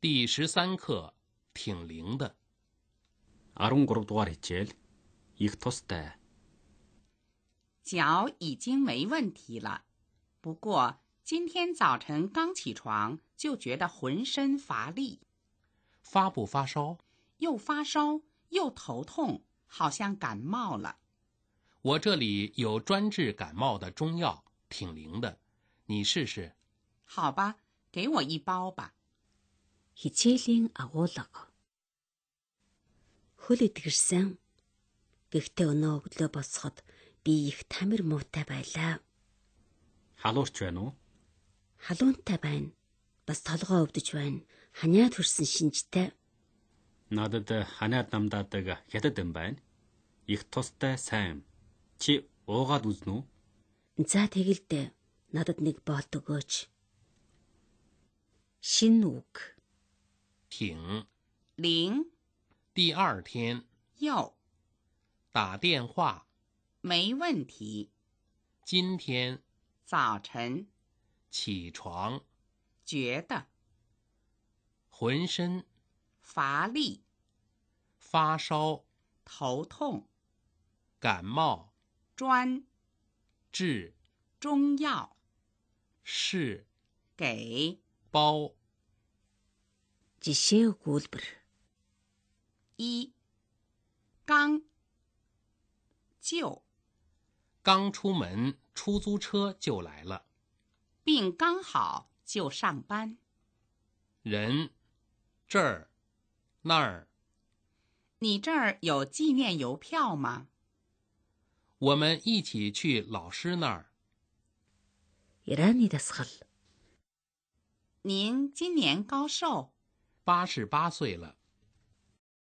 第十三课挺灵的， 13 дугаар хичээл их тустай. 脚已经没问题了，不过今天早晨刚起床就觉得浑身乏力，发不发烧？又发烧又头痛，好像感冒了。我这里有专治感冒的中药，挺灵的，你试试。好吧，给我一包吧。 хичээлийн агуулга. Хөл идгэрсэн. Гэхдээ өнөө өглөө босоход би их тамир муутай байлаа. Халуурч байна уу? Халуунтай байна. Бас толгоо өвдөж байна. Ханиад хөрсөн шинжтэй. Надад э, ханаад намдаадаг хятад юм байна. Их тустай сайн. Чи уугаад үзнэ үү? За тэгэлдэ. Надад нэг болт өгөөч. Шин үг. 挺。零第二天又打电话，没问题。今天早晨起床觉得浑身乏力、发烧、头痛，感冒专治中药是给包。 Жишээ өгүүлбэр. 一刚就刚出门，出租车就来了，病刚好就上班。人这儿那儿，你这儿有纪念邮票吗？我们一起去老师那儿。 Ираны дасгал. 您今年高寿？八十八岁了，